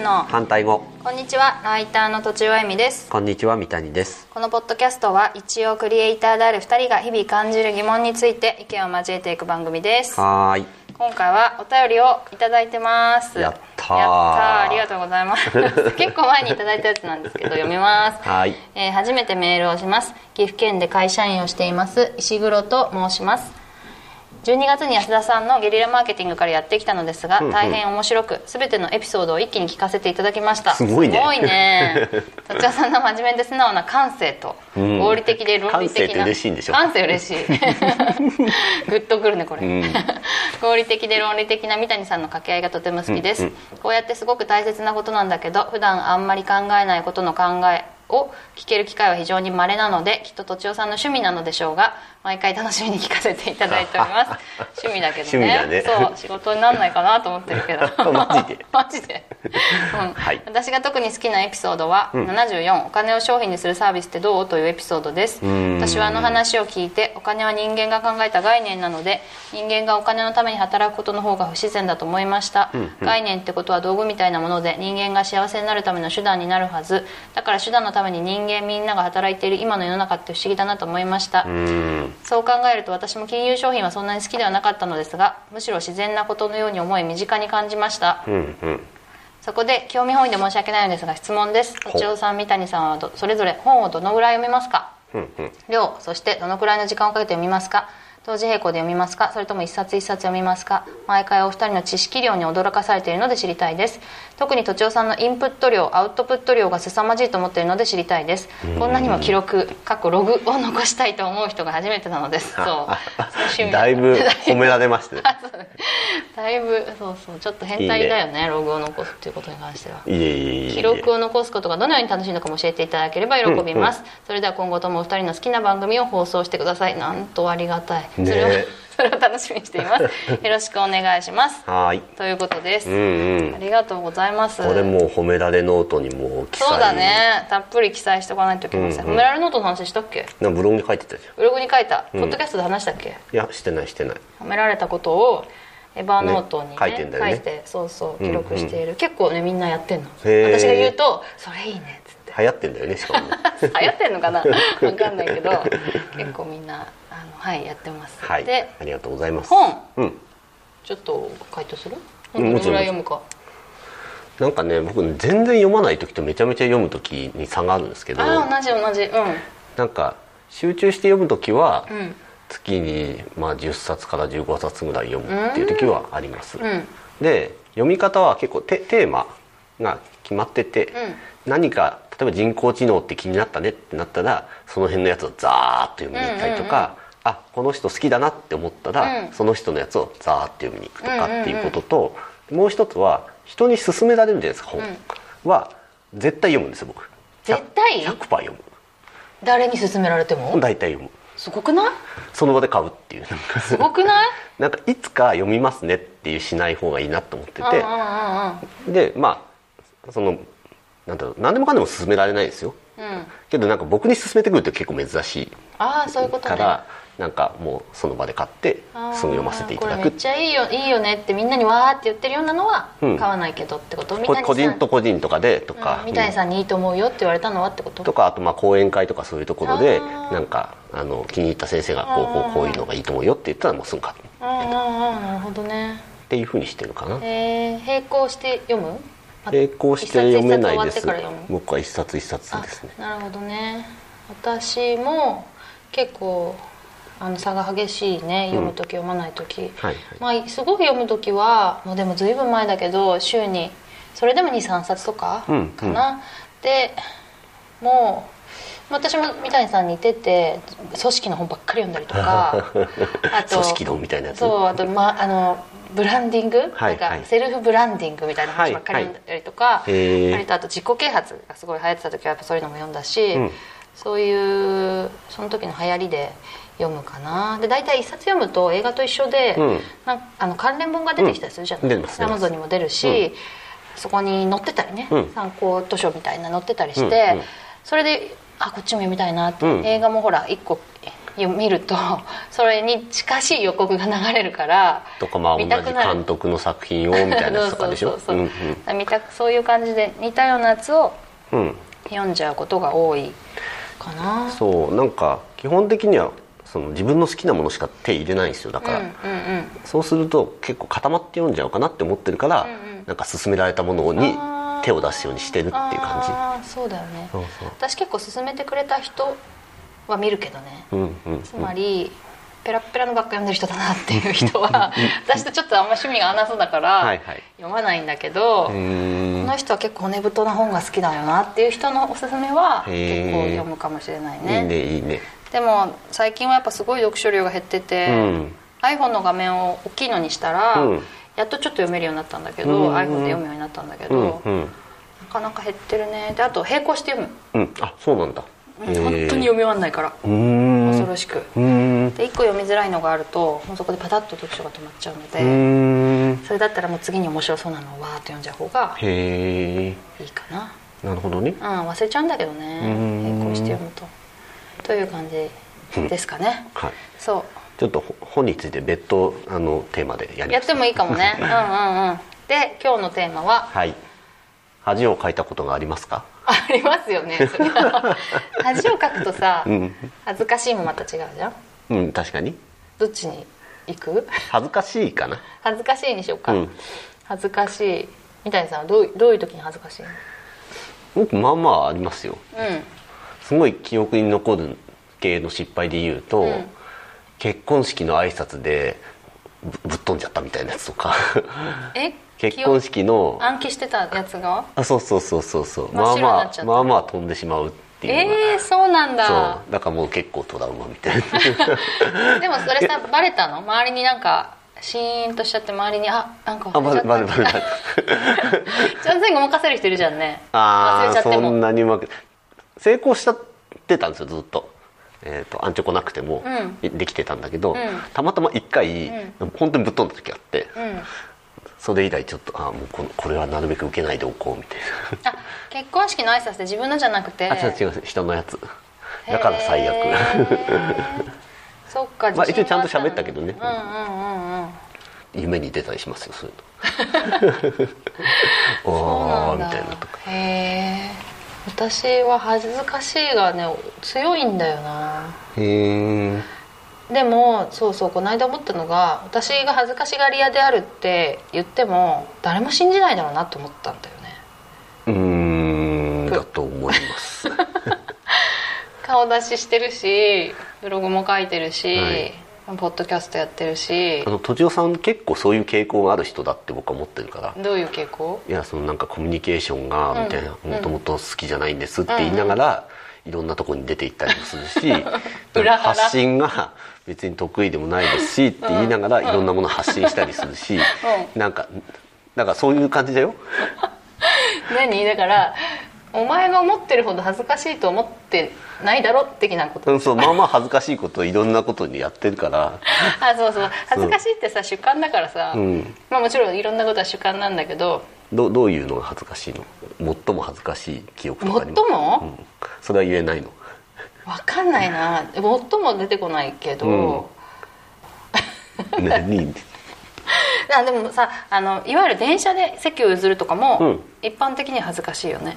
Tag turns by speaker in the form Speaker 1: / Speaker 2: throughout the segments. Speaker 1: の
Speaker 2: 反対語
Speaker 1: こんにちはライターのとちおえみです
Speaker 2: こんにちは三谷です
Speaker 1: このポッドキャストは一応クリエイターである2人が日々感じる疑問について意見を交えていく番組です
Speaker 2: はーい
Speaker 1: 今回はお便りをいただいてます
Speaker 2: やったー
Speaker 1: やったーありがとうございます 結構前にいただいたやつなんですけど読みます
Speaker 2: はい
Speaker 1: えー初めてメールをします岐阜県で会社員をしています石黒と申します12月に安田さんのゲリラマーケティングからやってきたのですが、
Speaker 2: うん
Speaker 1: 大変面白く全てのエピソードを一気に聞かせていただきました
Speaker 2: すごいね
Speaker 1: すごい ねとちおさんの真面目で素直な感性と、
Speaker 2: うん
Speaker 1: 合理的で論理的な
Speaker 2: 感性って嬉しいんでしょ
Speaker 1: 感性嬉しい グッとくるねこれ、
Speaker 2: ん
Speaker 1: 合理的で論理的な三谷さんの掛け合いがとても好きです、
Speaker 2: うんうん
Speaker 1: こうやってすごく大切なことなんだけど普段あんまり考えないことの考えを聞ける機会は非常に稀なのできっととちおさんの趣味なのでしょうが毎回楽しみに聞かせていただいております 趣味だけどね
Speaker 2: 趣味だね
Speaker 1: そう仕事になんないかなと思ってるけど
Speaker 2: マジで
Speaker 1: マジで、うん
Speaker 2: はい
Speaker 1: 私が特に好きなエピソードは、
Speaker 2: ん
Speaker 1: 74お金を商品にするサービスってどうというエピソードです
Speaker 2: ん
Speaker 1: 私はあの話を聞いてお金は人間が考えた概念なので人間がお金のために働くことの方が不自然だと思いました、
Speaker 2: んうん
Speaker 1: 概念ってことは道具みたいなもので人間が幸せになるための手段になるはずだから手段のために人間みんなが働いている今の世の中って不思議だなと思いました、
Speaker 2: うーん
Speaker 1: そう考えると私も金融商品はそんなに好きではなかったのですがむしろ自然なことのように思い身近に感じました
Speaker 2: うんうん
Speaker 1: そこで興味本位で申し訳ないのですが質問です
Speaker 2: ほう
Speaker 1: 土おさん三谷さんはどそれぞれ本をどのぐらい読みますか
Speaker 2: うんうん
Speaker 1: 量そしてどのくらいの時間をかけて読みますか同時並行で読みますかそれとも一冊一冊読みますか毎回お二人の知識量に驚かされているので知りたいです特にとちおさんのインプット量アウトプット量が凄まじいと思っているので知りたいですこんなにも記録かっこログを残したいと思う人が初めてなのですそうそ ういう趣味
Speaker 2: だいぶ褒められましたね
Speaker 1: だいぶそうそうちょっと変態だよねログを残すっていうことに関してはい
Speaker 2: えいえいえいえ
Speaker 1: 記録を残すことがどのように楽しいのかも教えていただければ喜びます、それでは今後ともお二人の好きな番組を放送してくださいなんとありがたいそ
Speaker 2: ね
Speaker 1: れを、 それを楽しみにしてい ますよろしくお願いします
Speaker 2: はーい
Speaker 1: ということです、
Speaker 2: うんう
Speaker 1: あ
Speaker 2: ん
Speaker 1: りがとうございます
Speaker 2: これもう褒められノートにも記載
Speaker 1: そうだねたっぷり記載しておかないといけません、
Speaker 2: うんうん
Speaker 1: メラルノートの話したっけ
Speaker 2: なんかブログに書いてたじゃん
Speaker 1: ブログに書いた、
Speaker 2: ん
Speaker 1: ポッドキャストで話したっけ
Speaker 2: いやしてないしてない
Speaker 1: 褒められたことをエバーノートに、ね
Speaker 2: ね書いてんだよね
Speaker 1: 書いてそうそう記録している、結構ねみんなやってんの
Speaker 2: へー
Speaker 1: 私が言うと「それいいね」っつって
Speaker 2: 流行ってんだよねしか もね
Speaker 1: 流行ってんのかなわかんないけど結構みんなあのはいやってます、
Speaker 2: はい
Speaker 1: で
Speaker 2: ありがとうございます
Speaker 1: 本
Speaker 2: うん
Speaker 1: ちょっと回答する
Speaker 2: う
Speaker 1: 本
Speaker 2: ん
Speaker 1: ど
Speaker 2: も
Speaker 1: の
Speaker 2: ち
Speaker 1: ぐ
Speaker 2: ろん
Speaker 1: らい読むか
Speaker 2: なんかね僕全然読まない時とめちゃめちゃ読む時に差があるんですけど
Speaker 1: ああ同じ同じうん
Speaker 2: なんか集中して読む時は、
Speaker 1: うん
Speaker 2: 月にまあ10冊から15冊ぐらい読むっていう時はあります、
Speaker 1: うん
Speaker 2: で読み方は結構テテーマが決まってて、何か例えば人工知能って気になったねってなったらその辺のやつをザーッと読みに行ったりとか、あこの人好きだなって思ったら、
Speaker 1: うん
Speaker 2: その人のやつをザーッと読みに行くと
Speaker 1: うんうんうん
Speaker 2: かっていうことと、もう一つは人に勧められるじゃないですか本、は絶対読むんですよ僕
Speaker 1: 絶対
Speaker 2: 100%, 読む
Speaker 1: 誰に勧められても
Speaker 2: 大体読む
Speaker 1: すごくない
Speaker 2: その場で買う っていうなんか
Speaker 1: すごくない
Speaker 2: なんかいつか読みますねっていうしない方がいいなと思って
Speaker 1: うんうんうん
Speaker 2: てでまあそのなんだろう何でもかんでも勧められないですよ
Speaker 1: うんうん
Speaker 2: けどなんか僕に勧めてくるって結構珍しい
Speaker 1: ああそういうこと
Speaker 2: か
Speaker 1: ね
Speaker 2: らなんかもうその場で買って
Speaker 1: あー
Speaker 2: すぐ読ませていただ
Speaker 1: こ
Speaker 2: く
Speaker 1: れめっちゃいいよいいよねってみんなにわーって言ってるようなのは買
Speaker 2: うん
Speaker 1: わないけどってこと、みん
Speaker 2: こ
Speaker 1: なに
Speaker 2: 個人と個人とかでと
Speaker 1: うん
Speaker 2: か、
Speaker 1: 三谷さんにいいと思うよって言われたのはってこと
Speaker 2: とかあとまあ講演会とかそういうところで
Speaker 1: あー
Speaker 2: なんかあの気に入った先生がこうこうこういうのがいいと思うよって言ったらもうすぐ買う
Speaker 1: うんうんうんなるほどね
Speaker 2: っていうふうにしてるかな
Speaker 1: えー、並行して読むあ
Speaker 2: 並行して読めないで
Speaker 1: 一冊一冊終わって
Speaker 2: す
Speaker 1: から読む
Speaker 2: 僕は一冊一冊ですね
Speaker 1: あなるほどね私も結構あの差が激しいね読む時、読まない時、
Speaker 2: はい
Speaker 1: まあ、すごく読む時はもうでも随分前だけど週にそれでも23冊とか
Speaker 2: うんうん
Speaker 1: かな、でもう私も三谷さんに似てて組織の本ばっかり読んだりと かあと
Speaker 2: 組織論みたいなやつ
Speaker 1: そうあと、ま、あのブランディング、
Speaker 2: はい
Speaker 1: な
Speaker 2: は
Speaker 1: ん
Speaker 2: い
Speaker 1: かセルフブランディングみたいな話ばっかり
Speaker 2: はいはい
Speaker 1: 読んだりとか、
Speaker 2: へー
Speaker 1: 割とあと自己啓発がすごい流行ってた時はやっぱそういうのも読んだし、
Speaker 2: うん
Speaker 1: そういうその時の流行りで読むかなで大体一冊読むと映画と一緒で、
Speaker 2: うん
Speaker 1: なんかあの関連本が出てきたりするじゃない
Speaker 2: うん出ます
Speaker 1: アマゾンにも出るし、
Speaker 2: う
Speaker 1: そこに載ってたりね、
Speaker 2: うん
Speaker 1: 参考図書みたいな載ってたりして、
Speaker 2: うんうん
Speaker 1: それであこっちも読みたいなって、
Speaker 2: うん
Speaker 1: 映画もほら一個よ見るとそれに近しい予告が流れるから
Speaker 2: とかまあ同
Speaker 1: 見
Speaker 2: じ
Speaker 1: たくなる
Speaker 2: 監督の作品をみたいなやつとかでしょ
Speaker 1: そうそうそうそう
Speaker 2: うん
Speaker 1: 見たそういう感じで似たようなやつを
Speaker 2: うんうん
Speaker 1: 読んじゃうことが多いかな
Speaker 2: そうなんか基本的にはその自分の好きなものしか手入れないんですよだから、
Speaker 1: うんうんうん
Speaker 2: そうすると結構固まって読んじゃうかなって思ってるから、
Speaker 1: うんうん
Speaker 2: なんか勧められたものに手を出すようにしてるっていう感じ
Speaker 1: あーそうだよね
Speaker 2: そうそう
Speaker 1: 私結構勧めてくれた人は見るけどね
Speaker 2: うんうんうん
Speaker 1: つまり、ペラッペラのばっか読んでる人だなっていう人は私とちょっとあんま趣味が合わなそうだから、
Speaker 2: はいはい
Speaker 1: 読まないんだけど、
Speaker 2: う
Speaker 1: こ
Speaker 2: ーん
Speaker 1: の人は結構骨太な本が好きだよなっていう人のおすすめは
Speaker 2: へー
Speaker 1: 結構読むかもしれない
Speaker 2: いい
Speaker 1: ね
Speaker 2: ねいいね
Speaker 1: でも最近はやっぱすごい読書量が減って
Speaker 2: う
Speaker 1: て、
Speaker 2: ん
Speaker 1: iPhone の画面を大きいのにしたら、
Speaker 2: うん
Speaker 1: やっとちょっと読めるようになったんだけど、
Speaker 2: うんうんうん
Speaker 1: iPhone で読むようになったんだけ
Speaker 2: う
Speaker 1: ど、
Speaker 2: んうん
Speaker 1: なかなか減ってるねであと並行して読む、
Speaker 2: うんあそうなんだ
Speaker 1: うん本当に読み終わんないから
Speaker 2: うーん
Speaker 1: 恐ろしく。
Speaker 2: うーんう
Speaker 1: で1個読みづらいのがあるともうそこでパタッと読書が止まっちゃうので、
Speaker 2: ーん
Speaker 1: それだったらもう次に面白そうなのをわーっと読んじゃう方が
Speaker 2: へえ
Speaker 1: いいかな
Speaker 2: なるほどね
Speaker 1: うん忘れちゃうんだけどね
Speaker 2: うん
Speaker 1: 並行して読むとという感じですかね
Speaker 2: はい
Speaker 1: そ
Speaker 2: ちょっとほ本について別途あのテーマでや
Speaker 1: う
Speaker 2: り
Speaker 1: や
Speaker 2: ま
Speaker 1: っ
Speaker 2: す
Speaker 1: てもいいかも ねうんうんうんで今日のテーマは
Speaker 2: はい恥をかいたことがありますか
Speaker 1: ありますよ ねそれは恥をかくとさ
Speaker 2: うん
Speaker 1: 恥ずかしいもまた違うじゃん
Speaker 2: うん確かに
Speaker 1: どっちに行く
Speaker 2: 恥ずかしいかな
Speaker 1: 恥ずかしいにしようか、
Speaker 2: うん
Speaker 1: 恥ずかしい三谷さんはどういどういう時に恥ずかしいの
Speaker 2: 僕まあまあありますよ
Speaker 1: うん
Speaker 2: すごい記憶に残る系の失敗で言うと、
Speaker 1: うん
Speaker 2: 結婚式の挨拶でぶぶっ飛んじゃったみたいなやつと か
Speaker 1: え
Speaker 2: 結婚式の
Speaker 1: 暗記してたやつが
Speaker 2: あそうそうそうそうそう
Speaker 1: 真っ
Speaker 2: まあ
Speaker 1: 白になっ
Speaker 2: ま
Speaker 1: ちゃった
Speaker 2: あまあまあ飛んでしまうっていうのが、
Speaker 1: えー、そうなんだ
Speaker 2: そうだからもう結構トラウマみ たいな
Speaker 1: でもそれさバレたの周りになんかシーンとしちゃって周りにあなんか
Speaker 2: あ
Speaker 1: 忘
Speaker 2: バ
Speaker 1: れ
Speaker 2: レ
Speaker 1: ちゃっ
Speaker 2: バレバレ バレ
Speaker 1: た全然ごまかせる人いるじゃんね忘
Speaker 2: あ
Speaker 1: れちゃ
Speaker 2: あ
Speaker 1: っても
Speaker 2: そんなにうまく成功しちゃってたんですよずっと。えー、とアンチョコなくても
Speaker 1: うん
Speaker 2: いできてたんだけど、
Speaker 1: ん
Speaker 2: たまたま一回、
Speaker 1: うん
Speaker 2: 本当にぶっ飛んだ時があって、
Speaker 1: うん
Speaker 2: それ以来ちょっとあーもうこのこれはなるべく受けないでおこうみたい
Speaker 1: あ結婚式の挨拶で自分のじゃなくて
Speaker 2: な、 あ違う違う人のやつだから最
Speaker 1: へ
Speaker 2: 悪
Speaker 1: ーそっか
Speaker 2: まあ一応ちゃんと
Speaker 1: 自信があ
Speaker 2: 喋ったけどね
Speaker 1: うんうんうんうん
Speaker 2: 夢に出たりしますよそういうの
Speaker 1: そう
Speaker 2: お
Speaker 1: なん
Speaker 2: ーみ
Speaker 1: だ
Speaker 2: たいなとか
Speaker 1: へえ私は恥ずかしいがね強いんだよな
Speaker 2: へえ
Speaker 1: でもそうそうこの間思ったのが私が恥ずかしがり屋であるって言っても誰も信じないだろうなと思ったんだよね
Speaker 2: うーんだと思います
Speaker 1: 顔出ししてるしブログも書いてるし、
Speaker 2: はい
Speaker 1: ポッドキャストやってるし
Speaker 2: あのとじおさん結構そういう傾向がある人だって僕は思ってるから
Speaker 1: どういう傾向
Speaker 2: いやそのなんかコミュニケーションがみたいな
Speaker 1: うん
Speaker 2: もともと好きじゃないんですって言いながら、いろんなとこに出ていったりもす るし
Speaker 1: 裏腹
Speaker 2: 発信が別に得意でもないですしって言いながらいろんなもの発信したりするし、なんかなんかそういう感じだよ
Speaker 1: 何だからお前が思ってるほど恥ずかしいと思ってないだろ的なこと
Speaker 2: うんそうまあまあ恥ずかしいことをいろんなことにやってるから
Speaker 1: あそうそう恥ずかしいってさ主観だからさ、
Speaker 2: うん
Speaker 1: まあもちろんいろんなことは主観なんだけど
Speaker 2: どどういうのが恥ずかしいの最も恥ずかしい記憶とかに
Speaker 1: 最も
Speaker 2: うん、それは言 えないの
Speaker 1: わかんないな最も出てこないけど、
Speaker 2: うん何
Speaker 1: あでもさあのいわゆる電車で席を譲るとかも、
Speaker 2: うん
Speaker 1: 一般的には恥ずかしいよね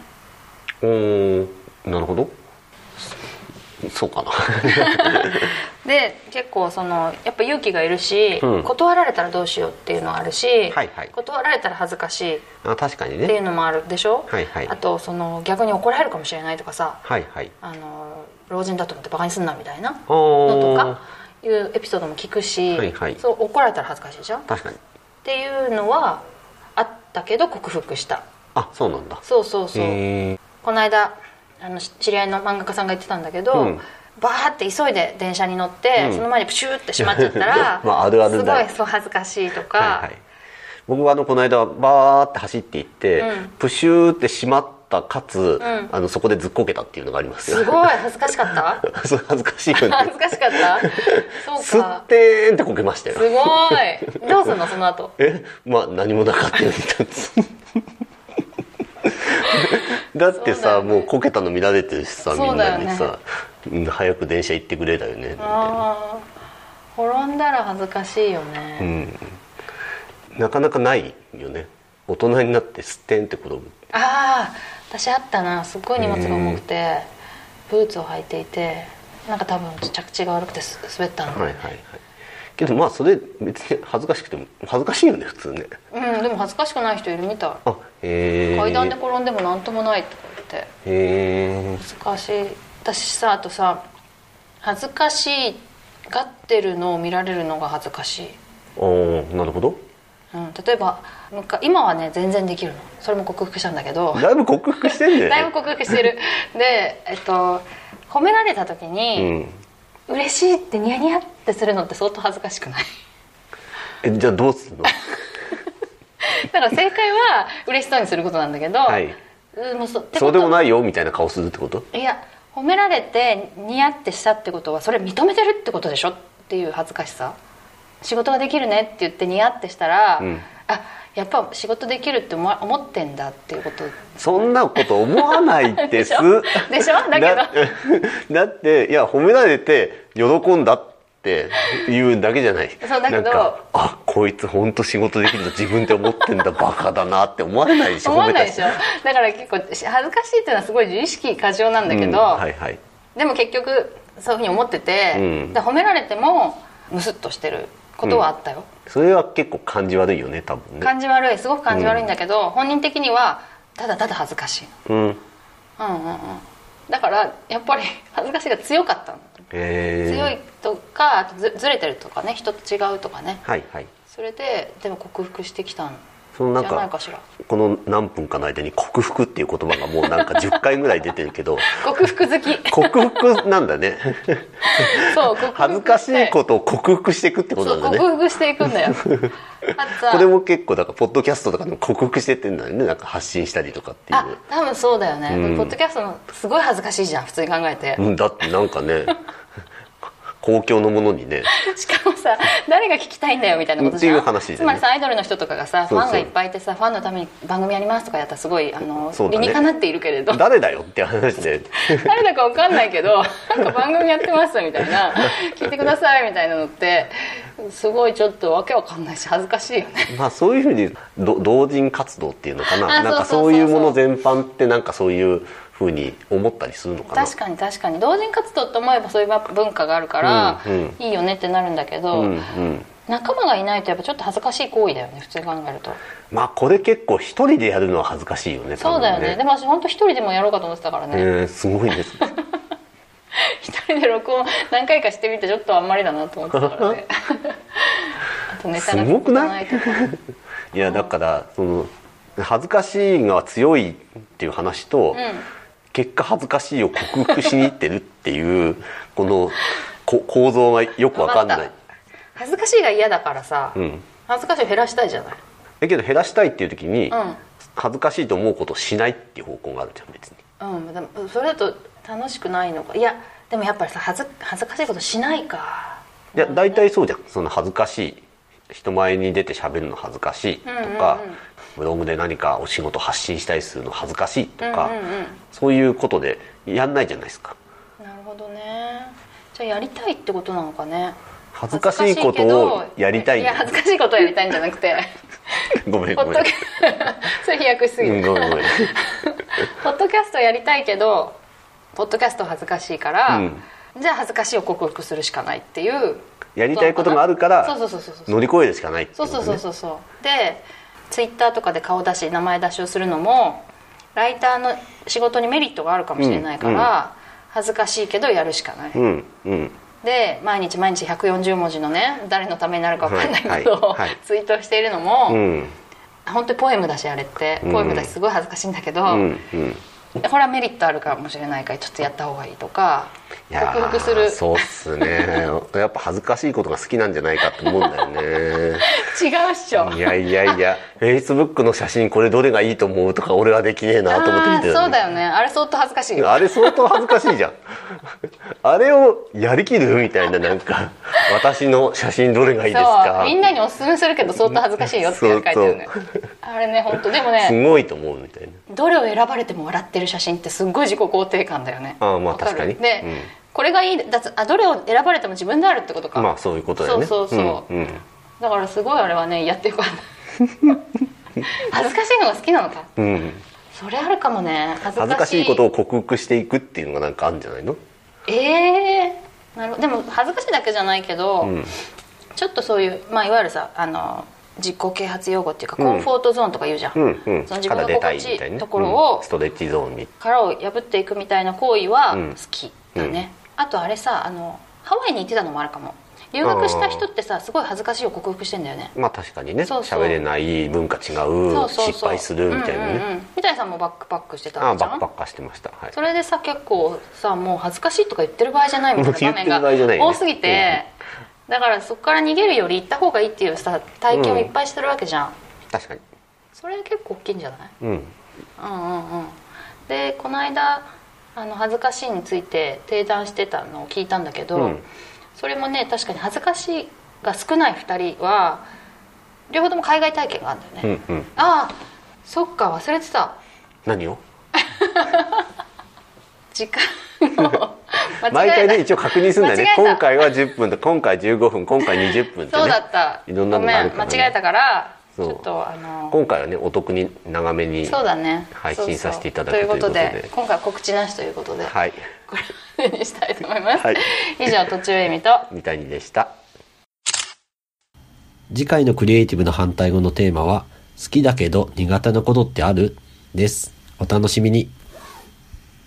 Speaker 2: おーなるほどそそうかな
Speaker 1: で結構そのやっぱ勇気がいるし、
Speaker 2: うん
Speaker 1: 断られたらどうしようっていうのはあるし、
Speaker 2: はいはい
Speaker 1: 断られたら恥ずかしいっ
Speaker 2: あ確かに
Speaker 1: ていう
Speaker 2: ね
Speaker 1: のもあるでしょ、
Speaker 2: はいはい
Speaker 1: あとその逆に怒られるかもしれないとかさ
Speaker 2: はいはい
Speaker 1: あの老人だと思ってバカにすんなみたいなのと
Speaker 2: おー
Speaker 1: かいうエピソードも聞くし、
Speaker 2: はいはい
Speaker 1: そう怒られたら恥ずかしいじゃんっ
Speaker 2: 確かに
Speaker 1: ていうのはあったけど克服した
Speaker 2: あそうなんだ
Speaker 1: そうそうそう、
Speaker 2: へー
Speaker 1: この間あのし知り合いの漫画家さんが言ってたんだけど、
Speaker 2: うん
Speaker 1: バーって急いで電車に乗って、
Speaker 2: うん
Speaker 1: その前にプシューって閉まっちゃったら
Speaker 2: まああるあるだよ
Speaker 1: すごいそう恥ずかしいとか、
Speaker 2: はいはい、僕はあのこの間バーって走っていって、
Speaker 1: うん
Speaker 2: プシューって閉まったかつ、
Speaker 1: ん
Speaker 2: あのそこでずっこけたっていうのがありますよ
Speaker 1: すごい恥ずかしかった
Speaker 2: それ恥ずかしいよ
Speaker 1: 恥
Speaker 2: ね
Speaker 1: ずかしかったそ
Speaker 2: す
Speaker 1: う
Speaker 2: っ
Speaker 1: か
Speaker 2: てーんってこけました
Speaker 1: す
Speaker 2: よ
Speaker 1: ごいどうすんのその後
Speaker 2: えまあ何もなかったように立 つだって
Speaker 1: そうだよ
Speaker 2: さ
Speaker 1: ね
Speaker 2: もうこけたの見られてるしさみ
Speaker 1: そうんだよ
Speaker 2: な
Speaker 1: ね
Speaker 2: にさうん早く電車行ってくれだよねみたいな
Speaker 1: ああ転んだら恥ずかしいよね、
Speaker 2: うんなかなかないよね大人になってすってんって子供
Speaker 1: ああ私あったなすっごい荷物が重くて、ブーツを履いていてなんか多分着地が悪くてす滑ったの、
Speaker 2: はいはいはいけどまあそれ別に恥ずかしくても恥ずかしいよね普通ね
Speaker 1: うんでも恥ずかしくない人いるみた
Speaker 2: あ
Speaker 1: い
Speaker 2: へえ
Speaker 1: 階段で転んでも何ともないとか言って
Speaker 2: へえ
Speaker 1: 難しい私さあとさ恥ずかしがってるのを見られるのが恥ずかしい、
Speaker 2: おーなるほど
Speaker 1: うん、例えばなんか今はね全然できるのそれも克服したんだけど
Speaker 2: だいぶ克服してん ね
Speaker 1: だいぶ克服 してるでえっと褒められた時に、
Speaker 2: うん
Speaker 1: 嬉しいってニヤニヤってするのって相当恥ずかしくない
Speaker 2: えじゃあどうするの
Speaker 1: だから正解は嬉しそうにすることなんだけど、
Speaker 2: はい
Speaker 1: うんもうそってこと
Speaker 2: そうでもないよみたいな顔するってこと
Speaker 1: いや褒められてニヤってしたってことはそれ認めてるってことでしょっていう恥ずかしさ仕事ができるねって言ってニヤってしたら、
Speaker 2: うん
Speaker 1: あやっぱ仕事できるって思わ思ってんだっていうこと
Speaker 2: そんなこと思わないです
Speaker 1: でしょだけど
Speaker 2: ど だっていや褒められて喜んだって言うだけじゃない
Speaker 1: そうだけど
Speaker 2: なんかあこいつ本当仕事できると自分で思ってんだバカだなって思われないでしょ
Speaker 1: 思わないでしょ
Speaker 2: 褒
Speaker 1: だ
Speaker 2: め
Speaker 1: から結構し恥ずかしいっていうのはすごい自意識過剰なん
Speaker 2: た
Speaker 1: だ
Speaker 2: 人
Speaker 1: けど、
Speaker 2: うんはいはい
Speaker 1: でも結局そういうふうに思ってて、
Speaker 2: うん
Speaker 1: で褒められてもムスッとしてることはあったよ、
Speaker 2: それは結構感じ悪いよね多分ね
Speaker 1: 感じ悪いすごく感じ悪いんだけど、本人的にはただただ恥ずかしい
Speaker 2: うん
Speaker 1: のうんうんうんだからやっぱり 恥ずかしいが強かったの、
Speaker 2: えー、
Speaker 1: 強いとかあとずずれてるとかね人と違うとかね
Speaker 2: はいはい
Speaker 1: それででも克服してきたん
Speaker 2: その
Speaker 1: じ
Speaker 2: な
Speaker 1: ゃ
Speaker 2: ん
Speaker 1: ない
Speaker 2: か
Speaker 1: かしら
Speaker 2: この何分かの間に克服っていう言葉がもうなんか10回ぐらい出てるけど
Speaker 1: 克服好き
Speaker 2: 克服なんだね
Speaker 1: そう克服
Speaker 2: 恥ずかしいことを克服していくってこと
Speaker 1: そう
Speaker 2: なんだ
Speaker 1: 克
Speaker 2: ね
Speaker 1: 服していくん だよあとさ
Speaker 2: これも結構だからポッドキャストとかでも克服してってんだよねなんか発信したりとかってい
Speaker 1: あ
Speaker 2: う
Speaker 1: 多分そうだよね、
Speaker 2: うん
Speaker 1: ポッドキャストのすごい恥ずかしいじゃん普通に考えて、
Speaker 2: うんだってなんかね 公共のもの にね
Speaker 1: しかもさ誰が聞きたいんだよみたいなことじゃん
Speaker 2: っていう話だよね
Speaker 1: つまりさアイドルの人とかがさ
Speaker 2: そうそ
Speaker 1: フ
Speaker 2: う
Speaker 1: ァンがいっぱいいてさファンのために番組やりますとかやったらすごいあの、
Speaker 2: そうだ
Speaker 1: 理
Speaker 2: ね
Speaker 1: にかなっているけれど
Speaker 2: 誰だよって話で
Speaker 1: 誰だか分かんないけどなんか番組やってますみたい な聞いてくださいみたいなのってすごいちょっとわけわかんないし恥ずかしいよね
Speaker 2: まあそういうふうにど同人活動っていうのかな
Speaker 1: あ
Speaker 2: なんか
Speaker 1: そ
Speaker 2: そう
Speaker 1: そうそうそう
Speaker 2: ういうもの全般ってなんかそういうふうに思ったりするのかな
Speaker 1: 確かに確かに同人活動って思えばそういう文化があるから、
Speaker 2: うんうん
Speaker 1: いいよねってなるんだけど、
Speaker 2: うんうん
Speaker 1: 仲間がいないとやっぱちょっと恥ずかしい行為だよね普通に考えると
Speaker 2: まあこれ結構一人でやるのは恥ずかしいよね
Speaker 1: そうだよねで
Speaker 2: も、
Speaker 1: も私本当一人でもやろうかと思ってたからね、
Speaker 2: えーすごいです
Speaker 1: 一人で録音 何回かしてみてちょっとあんまりだなと思ってたから ねあとネタが
Speaker 2: すごくない
Speaker 1: とか
Speaker 2: いやだからその恥ずかしいが強いっていう話と、結果恥ずかしいを克服しにいってるっていうこのこ構造がよくわかんな
Speaker 1: わかっ
Speaker 2: い、
Speaker 1: 恥ずかしいが嫌だからさ、
Speaker 2: うん、
Speaker 1: 恥ずかしいを減らしたいじゃない
Speaker 2: だけど減らしたいっていう時に、
Speaker 1: ん
Speaker 2: 恥ずかしいと思うことをしないっていう方向があるじゃん別に
Speaker 1: うんでもそれだと楽しくないのかいやでもやっぱりさ恥ず恥ずかしいことしないか
Speaker 2: いや大体そうじゃんその恥ずかしい人前に出て喋るの恥ずかしいと
Speaker 1: う
Speaker 2: か、
Speaker 1: んうんうん
Speaker 2: ブログで何かお仕事発信したりするの恥ずかしいと
Speaker 1: う
Speaker 2: か、
Speaker 1: んうんうん
Speaker 2: そういうことでやんないじゃないですか
Speaker 1: なるほどねじゃあやりたいってことなのかね
Speaker 2: 恥ずかしいことをやりたい
Speaker 1: いや恥ずかしいことをやりたいんじゃなくて
Speaker 2: ごめん
Speaker 1: ポ
Speaker 2: ご
Speaker 1: ッ
Speaker 2: め
Speaker 1: ド
Speaker 2: ん
Speaker 1: キャ それ飛躍しすぎ
Speaker 2: う
Speaker 1: る
Speaker 2: んごめんご めん
Speaker 1: ポッドキャストやりたいけどポッドキャスト恥ずかしいから、
Speaker 2: うん
Speaker 1: じゃあ恥ずかしいを克服するしかないっていう
Speaker 2: やりたいことがある
Speaker 1: そ
Speaker 2: か
Speaker 1: う
Speaker 2: ら
Speaker 1: そうそうそうそう
Speaker 2: 乗り越えるしかないって
Speaker 1: そう
Speaker 2: こと
Speaker 1: そう
Speaker 2: ね
Speaker 1: そうそうそうでツイッターとかで顔出し名前出しをするのもライターの仕事にメリットがあるかもしれないから、恥ずかしいけどやるしかない、
Speaker 2: うんうん
Speaker 1: で毎日毎日140文字のね誰のためになるか分かんないけど、
Speaker 2: はいはいはい
Speaker 1: ツイートしているのも、
Speaker 2: うん
Speaker 1: 本当にポエムだしあれって
Speaker 2: うん
Speaker 1: ポエムだしすごい恥ずかしいんだけど、
Speaker 2: うんうん
Speaker 1: これはメリットあるかもしれないからちょっとやった方がいいとか
Speaker 2: いやー
Speaker 1: 克服する
Speaker 2: そうっすね やっぱ恥ずかしいことが好きなんじゃないかと思うん だよね
Speaker 1: 違うっしょ
Speaker 2: いやいやいやフェイスブックの写真これどれがいいと思うとか俺はできねえなと思って見て
Speaker 1: あー
Speaker 2: た
Speaker 1: そうだ
Speaker 2: よ
Speaker 1: よねあれ相当恥ずかしいよ
Speaker 2: あれ相当恥ずかしいじゃんあれをやりきるみたいななんか私の写真どれがいいです
Speaker 1: そ
Speaker 2: か
Speaker 1: うみんなにおすすめするけど相当恥ずかしいよって書いて るね
Speaker 2: そ
Speaker 1: あれね本当でも
Speaker 2: す
Speaker 1: ね
Speaker 2: ごいと思うみたいな
Speaker 1: どれを選ばれても笑ってる写真ってすっごい自己肯定感だよね
Speaker 2: あーまあ
Speaker 1: わかる
Speaker 2: 確かに
Speaker 1: で、これがいいだつあどれを選ばれても自分であるってことか、
Speaker 2: まあそういうことだよね
Speaker 1: そうそうそうん
Speaker 2: うん
Speaker 1: だからすごいあれはねやってよかった 恥ずかしいのが好きなのか
Speaker 2: うん、
Speaker 1: それあるかもね恥ずかしい
Speaker 2: 恥ずかしいことを克服していくっていうのがなんかあるんじゃないの、
Speaker 1: ええなるほどでも恥ずかしいだけじゃないけど、
Speaker 2: うん、
Speaker 1: ちょっとそういう、まあ、いわゆるさあの自己啓発用語っていうか、コンフォートゾーンとか言うじゃん、
Speaker 2: うんうん
Speaker 1: その自分
Speaker 2: 肌
Speaker 1: が
Speaker 2: 出た
Speaker 1: 心
Speaker 2: い
Speaker 1: 地
Speaker 2: み
Speaker 1: い
Speaker 2: たい
Speaker 1: い
Speaker 2: な
Speaker 1: ところを、
Speaker 2: うんストレッチゾーンに
Speaker 1: 殻を破っていくみたいな行為は
Speaker 2: うん
Speaker 1: 好きだね、あとあれさあのハワイに行ってたのもあるかも留学した人ってさすごい恥ずかしいを克服してんだよね
Speaker 2: まあ確かにね
Speaker 1: そうそう
Speaker 2: 喋れない文化違う
Speaker 1: そうそう
Speaker 2: 失
Speaker 1: そう
Speaker 2: 敗するみたいなね、
Speaker 1: うんうんうん三谷さんもバックパックして
Speaker 2: あ
Speaker 1: た
Speaker 2: あ
Speaker 1: じゃ
Speaker 2: バック
Speaker 1: ん
Speaker 2: パッカーしてましたはい
Speaker 1: それでさ結構さもう恥ずかしいとか言ってる場合じゃないみたいな場面が
Speaker 2: もう言ってる場合じゃないよね
Speaker 1: 多すぎて、だからそこから逃げるより行った方がいいっていうさ体験をいっぱいしてるわけじゃん、
Speaker 2: 確かに
Speaker 1: それ結構大きいんじゃない
Speaker 2: うん
Speaker 1: うんうんうんでこの間あの恥ずかしいについて提談してたのを聞いたんだけど、
Speaker 2: うん
Speaker 1: それもね確かに恥ずかしいが少ない2人は両方とも海外体験があるんだよ
Speaker 2: う
Speaker 1: ね、
Speaker 2: んうん
Speaker 1: ああそっか忘れてた
Speaker 2: 何を
Speaker 1: 時間の 間
Speaker 2: 毎
Speaker 1: 違え
Speaker 2: 回
Speaker 1: た
Speaker 2: ね一応確認するんだよ
Speaker 1: 間違
Speaker 2: ね
Speaker 1: えた
Speaker 2: 今回は10分で今回15分今回20分って
Speaker 1: そうだ
Speaker 2: ね
Speaker 1: った
Speaker 2: いろんなのがあるからね
Speaker 1: ごめん間違えたからち
Speaker 2: そう
Speaker 1: ょっとあの
Speaker 2: 今回はねお得に長めに
Speaker 1: そうだね
Speaker 2: 配
Speaker 1: そうそ
Speaker 2: 信
Speaker 1: う
Speaker 2: させていただく
Speaker 1: ということ
Speaker 2: ということ
Speaker 1: で
Speaker 2: で
Speaker 1: 今回は告知なしということで、
Speaker 2: はい
Speaker 1: これまでにしたいと思います、
Speaker 2: はい
Speaker 1: 以上途中恵美と
Speaker 2: みたいにでした
Speaker 3: 次回のクリエイティブの反対語のテーマは、好きだけど苦手なことってあるです。お楽しみに。